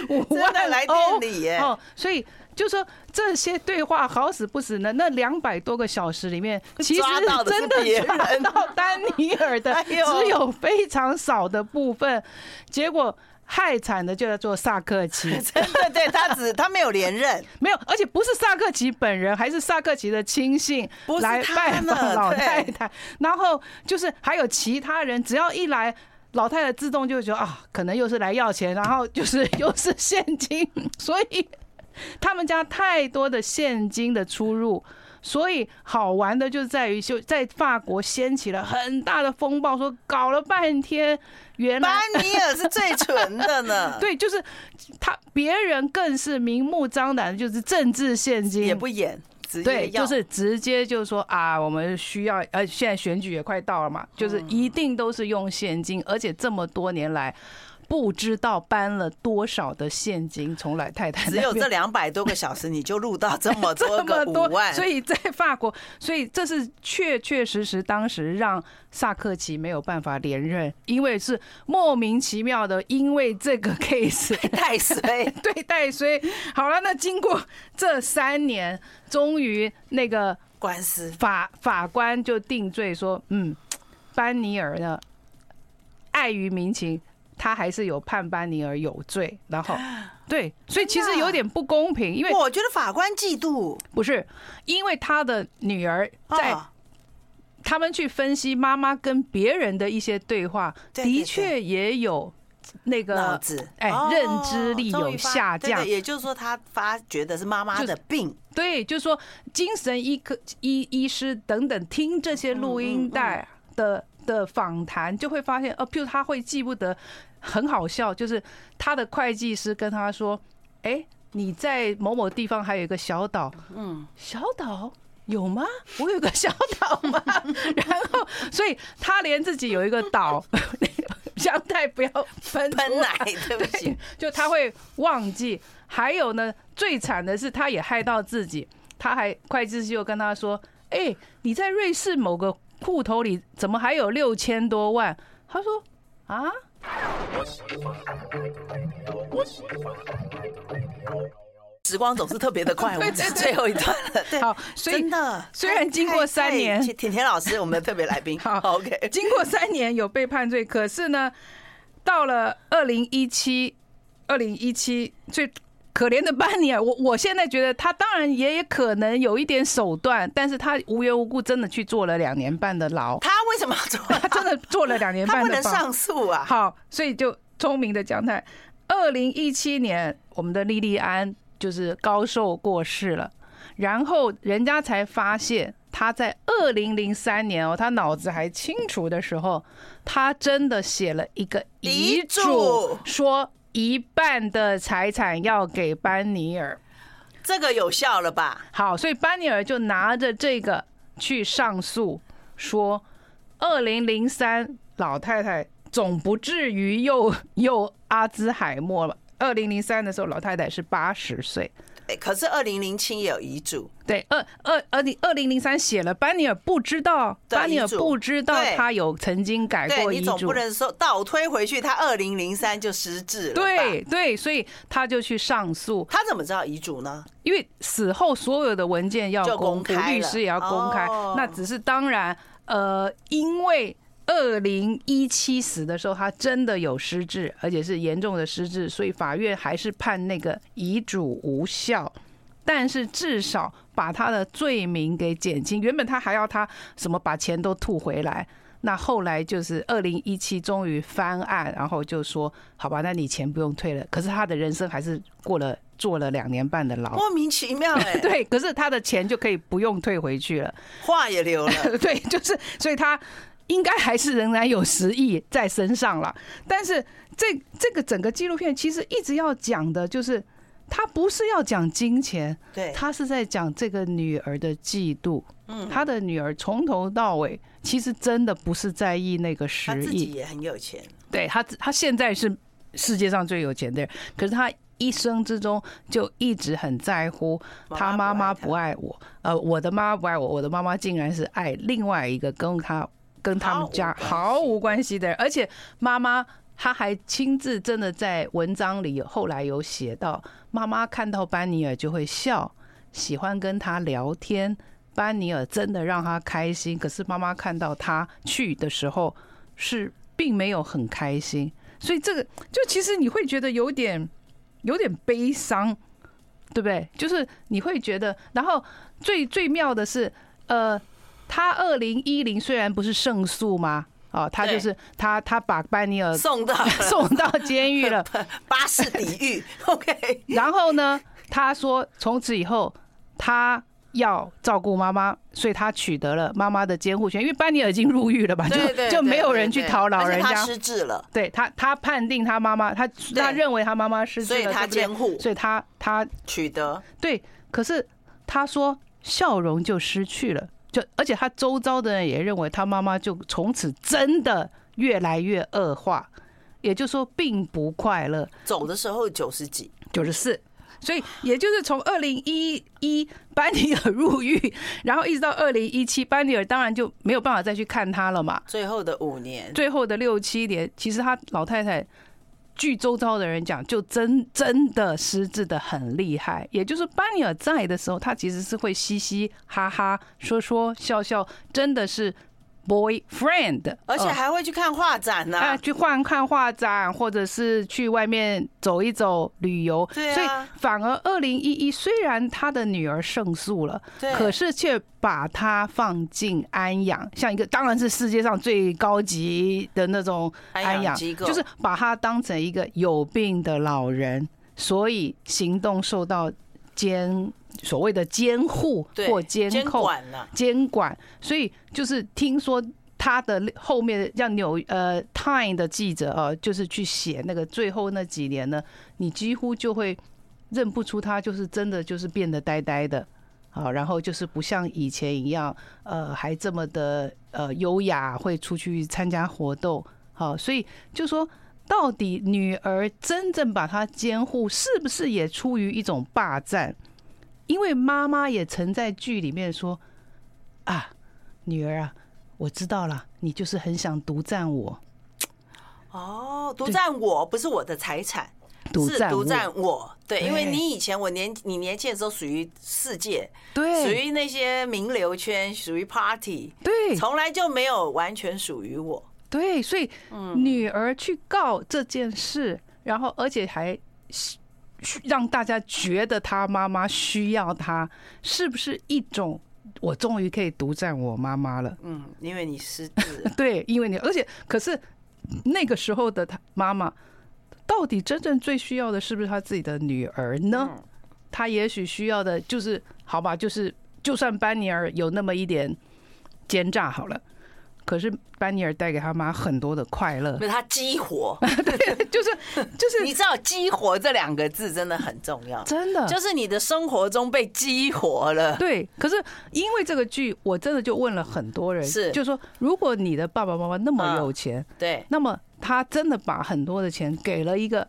S6: 五
S3: 真
S6: 万
S3: 的来店
S6: 欧
S3: 里耶
S6: 哦，所以就说这些对话好死不死呢，那两百多个小时里 面，其实
S3: 抓到的是
S6: 真的
S3: 别
S6: 抓
S3: 人
S6: 到丹尼尔 的
S3: 哎呦
S6: 只有非常少的部分，结果害惨的就叫做萨克奇。
S3: 真的对他只他没有连任，
S6: 没有，而且不是萨克奇本人，还是萨克奇的亲信
S3: 不是
S6: 来
S3: 他
S6: 拜
S3: 呢
S6: 访老
S3: 对
S6: 太太，然后就是还有其他人，只要一来。老太太自动就会觉得啊，可能又是来要钱，然后就是又是现金，所以他们家太多的现金的出入，所以好玩的就在于就在法国掀起了很大的风暴，说搞了半天， 原来
S3: 班尼尔是最纯的呢，
S6: 对，就是他别人更是明目张胆，就是政治现金
S3: 也不演，直接
S6: 对，
S3: 要
S6: 就是直接就说啊，我们需要呃，现在选举也快到了嘛，
S3: 嗯
S6: 就是一定都是用现金，而且这么多年来。不知道搬了多少的现金从来太太
S3: 只
S6: 那
S3: 有
S6: 边
S3: 这两百多个小时，你就录到这么多
S6: 这
S3: 个
S6: 么
S3: 五
S6: 多
S3: 万，
S6: 所以在法国，所以这是确确实实当时让萨克奇没有办法连任，因为是莫名其妙的，因为这个 case
S3: 太 衰。
S6: 对待，所以好了，那经过这三年，终于那个
S3: 官司
S6: 法法官就定罪说，嗯，班尼尔呢，碍于民情，他还是有判班尼尔有罪，然 后对，所以其实有点不公平，因为
S3: 我觉得法官嫉妒
S6: 不是因为他的女儿在
S3: 啊，
S6: 他们去分析妈妈跟别人的一些对话，
S3: 对对对
S6: 的确也有那
S3: 脑
S6: 个
S3: 子
S6: 哎
S3: 哦
S6: 认知力
S3: 终于
S6: 有
S3: 发
S6: 下
S3: 真的
S6: 降
S3: 也就是说他发觉的是妈妈
S6: 就
S3: 的病，
S6: 对，就是说精神医科医医师等等，听这些录音带的的访谈，就会发现，呃，譬如他会记不得，很好笑，就是他的会计师跟他说，哎，你在某某地方还有一个小岛，嗯，小岛。有吗？我有个小岛吗？ 然后，所以他连自己有一个岛， 香太不要分出
S3: 喷
S6: 来
S3: 奶，对不起，
S6: 就他会忘记。还有呢，最惨的是他也害到自己，他还会计师又跟他说：“哎、你在瑞士某个户头里怎么还有六千多万？”他说：“啊。”
S3: 时光总是特别的 快，我们是最后一段了，对，
S6: 好所以
S3: 真的，
S6: 虽然经过三年
S3: 太太甜甜老师，我们的特别来宾，
S6: 好
S3: OK，
S6: 经过三年有被判罪，可是呢，到了二零一七，二零一七最可怜的班尼尔，我我现在觉得他当然也可能有一点手段，但是他无缘无故真的去坐了两年半的牢，
S3: 他为什么要做？
S6: 他真的坐了两年
S3: 他
S6: 半
S3: 不
S6: 的
S3: 能
S6: 牢。
S3: 上诉啊！
S6: 好，所以就聪明的讲他，二零一七年我们的莉莉安就是高寿过世了，然后人家才发现他在二零零三年哦，他脑子还清楚的时候，他真的写了一个
S3: 遗
S6: 遗
S3: 嘱
S6: 嘱，说。一半的财产要给班尼尔。
S3: 这个有效了吧？
S6: 好，所以班尼尔就拿着这个去上诉，说二零零三老太太总不至于又又阿兹海默了。二零零三的时候，老太太是八十岁。
S3: 哎可是二零零七也有遗嘱，
S6: 对，二二二零二零零三写了，班尼尔不知道，
S3: 对
S6: 班尼尔
S3: 遗嘱
S6: 不知道
S3: 对
S6: 他有曾经改
S3: 对
S6: 过
S3: 你
S6: 遗
S3: 总
S6: 嘱
S3: 不，能说倒推回去，他二零零三就失智了。
S6: 对，对，所以他就去上诉，
S3: 他怎么知道遗嘱呢？
S6: 因为死后所有的文件要
S3: 就公
S6: 公布，
S3: 开
S6: 律
S3: 了
S6: 师也要公开
S3: 哦。
S6: 那只是当然，呃，因为二零一七死的时候，他真的有失智，而且是严重的失智，所以法院还是判那个遗嘱无效。但是至少把他的罪名给减轻。原本他还要他什么把钱都吐回来，那后来就是二零一七终于翻案，然后就说好吧，那你钱不用退了。可是他的人生还是过了坐了两年半的牢。
S3: 莫名其妙哎、
S6: 哦 对，可是他的钱就可以不用退 回去了。
S3: 话也留了。
S6: 对，就是所以他应该还是仍然有十亿在身上了。但是这这个整个纪录片其实一直要讲的就是，他不是要讲金钱，
S3: 对，
S6: 他是在讲这个女儿的嫉妒。嗯，他的女儿从头到尾其实真的不是在意那个
S3: 他
S6: 十
S3: 自己
S6: 亿，
S3: 也很有钱，
S6: 对他他现在是世界上最有钱的人，可是他。一生之中就一直很在乎他妈妈不爱我，呃，我的妈妈不爱我，我的妈妈竟然是爱另外一个跟他跟他们家毫
S3: 毫
S6: 无
S3: 无
S6: 关系的人，而且妈妈她还亲自真的在文章里后来有写到，妈妈看到班尼尔就会笑，喜欢跟他聊天，班尼尔真的让他开心，可是妈妈看到他去的时候是并没有很开心，所以这个就其实你会觉得有点有点悲伤，对不对？就是你会觉得，然后最最妙的是，呃，他二零一零虽然不是胜诉吗？哦，他就
S3: 对
S6: 是他他把班尼尔
S3: 送到
S6: 呃 送到监狱了，
S3: 巴士底狱。OK，
S6: 然后呢，他说从此以后他要照顾妈妈，所以他取得了妈妈的监护权，因为班尼尔已经入狱了 吧，就
S3: 对对，
S6: 就没
S3: 对
S6: 有
S3: 对
S6: 人去
S3: 对
S6: 讨老
S3: 而且
S6: 人
S3: 他
S6: 家。
S3: 失智了，
S6: 对他，他判定他妈妈，他他认为他妈妈失智
S3: 所以
S6: 了，
S3: 他
S6: 对不对
S3: 监护
S6: 所以他他
S3: 取得
S6: 对，可是他说笑容就失去了，就而且他周遭的人也认为他妈妈就从此真的越来越恶化，也就是说并不快乐，
S3: 走的时候九十几，
S6: 九十四。所以，也就是从二零一一班尼尔入狱，然后一直到二零一七，班尼尔当然就没有办法再去看他了嘛。
S3: 最后的五年，
S6: 最后的六七年，其实他老太太据周遭的人讲，就真真的失智的很厉害。也就是班尼尔在的时候，他其实是会嘻嘻哈哈、说说笑笑，真的是 boyfriend，
S3: 而且
S6: 呃
S3: 还会去看画展呢、
S6: 啊，去看看画展，或者是去外面走一走、旅游。
S3: 对啊
S6: 所以反而二零一一虽然他的女儿胜诉了，
S3: 对
S6: 可是却把她放进安养，像一个当然是世界上最高级的那种
S3: 安
S6: 安
S3: 养
S6: 养
S3: 机构
S6: 哎就是把她当成一个有病的老人，所以行动受到监所谓的监护
S3: 对，
S6: 或监
S3: 监
S6: 控。
S3: 管啊呢、
S6: 监管，所以就是听说他的后面让纽呃 Time 的记者呃，就是去写那个最后那几年呢，你几乎就会认不出他，就是真的就是变得呆呆的。好，然后就是不像以前一样，呃，还这么的呃优雅，会出去参加活动。好，所以就说，到底女儿真正把她监护，是不是也出于一种霸占？因为妈妈也曾在剧里面说：“啊，女儿啊，我知道了，你就是很想独占我，
S3: 哦，独占我不是我的财产，
S6: 独
S3: 是
S6: 占
S3: 独
S6: 我，
S3: 占我。对，因为
S6: 对
S3: 你以前我年你年轻的时候属于世界，属
S6: 对
S3: 于那些名流圈，属于 party，
S6: 对
S3: 从来就没有完全属于我。
S6: 对，所以
S3: 嗯
S6: 女儿去告这件事，然后而且还是去让大家觉得她妈妈需要她，是不是一种我终于可以独占我妈妈了？，
S3: 嗯，因为你失智了
S6: 对，因为你，而且可是那个时候的他妈妈，到底真正最需要的是不是他自己的女儿 呢？
S3: 嗯
S6: 他也许需要的就是，好吧，就是就算班尼尔有那么一点奸诈好了，可是班尼尔带给他妈很多的快乐
S3: 因，为它激活，
S6: 对， 就是就是
S3: 你知道“激活”这两个字真的很重要，
S6: 真的
S3: 就是你的生活中被激活了。
S6: 对，可是因为这个剧，我真的就问了很多人，
S3: 是
S6: 就说如果你的爸爸妈妈那
S3: 嗯
S6: 么有钱，
S3: 对，
S6: 那么他真的把很多的钱给了一个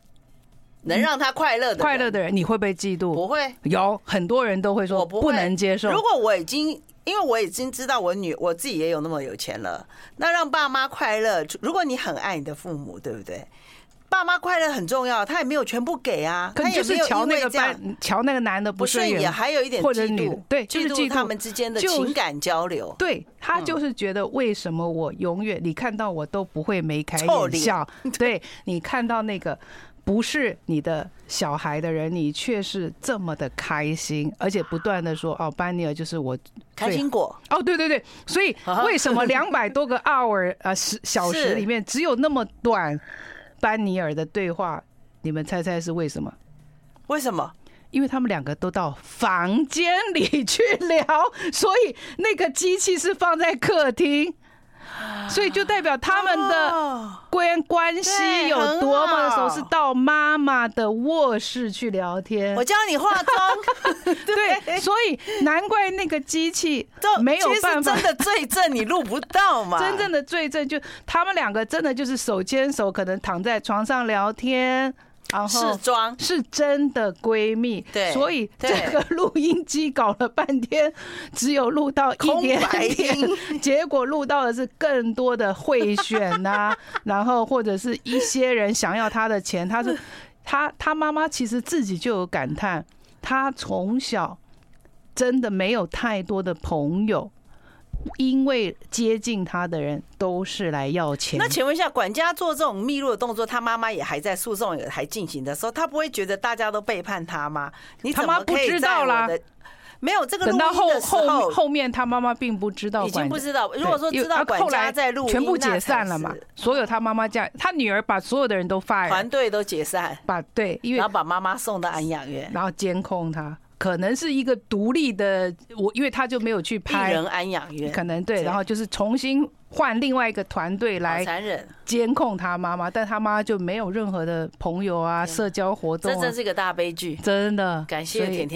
S3: 能让他快乐的人
S6: 快乐的人，你会不会嫉妒？
S3: 不会，
S6: 有很多人都会说
S3: 我不会
S6: 能接受。
S3: 如果我已经，因为我已经知道我女我自己也有那么有钱了，那让爸妈快乐。如果你很爱你的父母，对不对？爸妈快乐很重要，他也没有全部给啊，
S6: 可
S3: 他
S6: 能
S3: 也
S6: 就
S3: 没
S6: 是
S3: 有
S6: 瞧
S3: 因
S6: 那
S3: 为
S6: 个
S3: 这样
S6: 班，瞧那个男的
S3: 不顺
S6: 顺
S3: 眼，还有一点
S6: 或者
S3: 嫉
S6: 女的
S3: 妒，，
S6: 对，就是
S3: 嫉
S6: 嫉
S3: 妒他们之间的
S6: 就是
S3: 情感交流。
S6: 对他
S3: 嗯
S6: 就是觉得为什么我永远你看到我都不会眉开
S3: 臭
S6: 眼
S3: 脸
S6: 笑， 对你看到那个不是你的小孩的人，你却是这么的开心，而且不断的说哦，班尼尔就是我
S3: 开心果，
S6: 哦，对对对，所以为 什么两百多个 hour 呃时小时
S3: 是
S6: 里面只有那么短班尼尔的对话？你们猜猜是为什么？
S3: 为什么？
S6: 因为他们两个都到房间里去聊，所以那个机器是放在客厅，所以就代表他们的
S3: 啊哦
S6: 关关系
S3: 对
S6: 有多么的
S3: 很
S6: 熟，
S3: 好
S6: 是到妈妈的卧室去聊天
S3: 我。教你化 妆，
S6: 对，所以难怪那个机器
S3: 这
S6: 没有
S3: 其实
S6: 办法
S3: 真。的啊罪证你录不到嘛，
S6: 真正的罪证就他们两个真的就是手牵手，可能躺在床上聊天，然后
S3: 试妆。
S6: 是真的闺蜜，
S3: 对
S6: 所以这
S3: 对
S6: 个录音机搞了半天，只有录到一点
S3: 空白
S6: 点，
S3: 音
S6: 结果录到的是更多的贿 选呐、然后或者是一些人想要他的钱，他是他他妈妈其实自己就有感叹，他从小真的没有太多的朋友。因为接近他的人都是来要钱，
S3: 那请问一下，管家做这种密录的动作，他妈妈也还在诉讼也还进行的时候，他不会觉得大家都背叛他吗？你
S6: 他
S3: 怎
S6: 妈
S3: 么可
S6: 不知
S3: 以在
S6: 道
S3: 我
S6: 啦
S3: 的没有这个录
S6: 等
S3: 音
S6: 到后
S3: 的时
S6: 后
S3: 候，
S6: 后面他妈妈并不知道
S3: 已
S6: 管
S3: 经
S6: 家，
S3: 不知道。
S6: 对
S3: 如果说
S6: 因为
S3: 知道
S6: 啊
S3: 管
S6: 后来
S3: 家在录音，
S6: 全部
S3: 那才
S6: 解散了嘛哎
S3: 是，
S6: 所有他妈妈家，他女儿把所有的人都 fire，
S3: 团队都解散，
S6: 把对，因为
S3: 然后把妈妈送到安养院，
S6: 然后监控他，可能是一个独立的，我因为他就没有去
S3: 一
S6: 拍，
S3: 人安养院，
S6: 可能对，
S3: 对
S6: 然后就是重新换另外一个团队
S3: 好
S6: 来
S3: 残忍，
S6: 监控他妈妈，但他妈就没有任何的朋友啊、社交活动
S3: 这
S6: 啊
S3: 真，是一个大悲剧。
S6: 真的，
S3: 感谢
S6: 所以
S3: 甜甜。